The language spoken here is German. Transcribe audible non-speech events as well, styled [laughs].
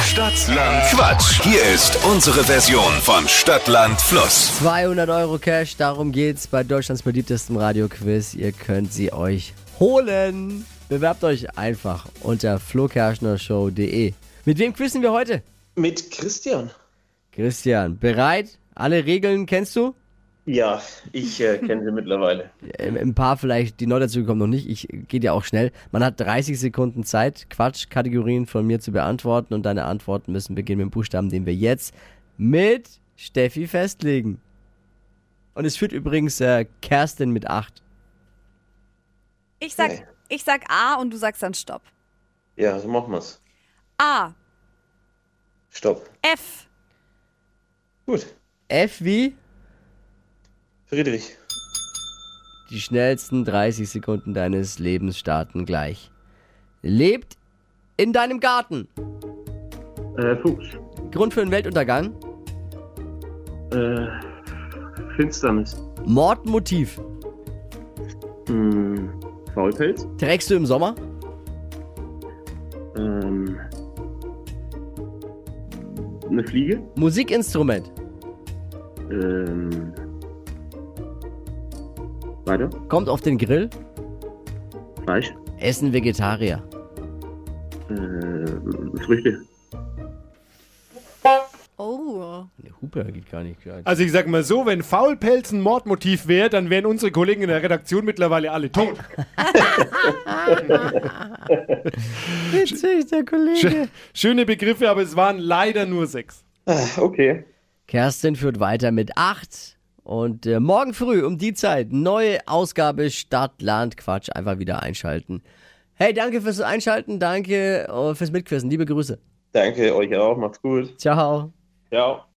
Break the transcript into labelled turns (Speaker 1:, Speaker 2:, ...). Speaker 1: Stadtland Quatsch. Hier ist unsere Version von Stadtland Fluss.
Speaker 2: 200 Euro Cash, darum geht's bei Deutschlands beliebtestem Radioquiz. Ihr könnt sie euch holen. Bewerbt euch einfach unter flokerschnershow.de. Mit wem quizzen wir heute?
Speaker 3: Mit Christian.
Speaker 2: Christian, bereit? Alle Regeln kennst du?
Speaker 3: Ja, ich äh, kenne sie [laughs] mittlerweile.
Speaker 2: Ähm, Ein paar vielleicht, die neu dazugekommen, noch nicht. Ich geht ja auch schnell. Man hat 30 Sekunden Zeit, Quatschkategorien von mir zu beantworten und deine Antworten müssen beginnen mit dem Buchstaben, den wir jetzt mit Steffi festlegen. Und es führt übrigens äh, Kerstin mit 8.
Speaker 4: Ich sag,
Speaker 3: Nee.
Speaker 4: ich sag A und du sagst dann Stopp.
Speaker 3: Ja, so machen wir's.
Speaker 4: A,
Speaker 3: Stopp.
Speaker 4: F,
Speaker 3: Gut.
Speaker 2: F wie
Speaker 3: Friedrich.
Speaker 2: die schnellsten 30 Sekunden deines Lebens starten gleich. Lebt in deinem Garten.
Speaker 5: Äh, Fuchs.
Speaker 2: Grund für den Weltuntergang.
Speaker 5: Äh, Finsternis.
Speaker 2: Mordmotiv.
Speaker 5: Hm, Faulpelz.
Speaker 2: Trägst du im Sommer?
Speaker 5: Ähm, eine Fliege.
Speaker 2: Musikinstrument.
Speaker 5: Ähm, weiter.
Speaker 2: Kommt auf den Grill.
Speaker 5: Fleisch.
Speaker 2: Essen Vegetarier.
Speaker 5: Äh, Früchte.
Speaker 4: oh,
Speaker 2: Eine Hupe geht gar nicht. klar.
Speaker 6: Also ich sag mal so, wenn Faulpelz ein Mordmotiv wäre, dann wären unsere Kollegen in der Redaktion mittlerweile alle tot.
Speaker 2: Witzig, der Kollege.
Speaker 6: Schö- Schöne Begriffe, aber es waren leider nur sechs.
Speaker 3: Okay.
Speaker 2: Kerstin führt weiter mit 8. Und äh, morgen früh um die Zeit, neue Ausgabe Stadt, Land, Quatsch. Einfach wieder einschalten. Hey, danke fürs Einschalten, danke äh, fürs Mitquissen. Liebe Grüße.
Speaker 3: Danke euch auch. Macht's gut.
Speaker 2: Ciao.
Speaker 3: Ciao.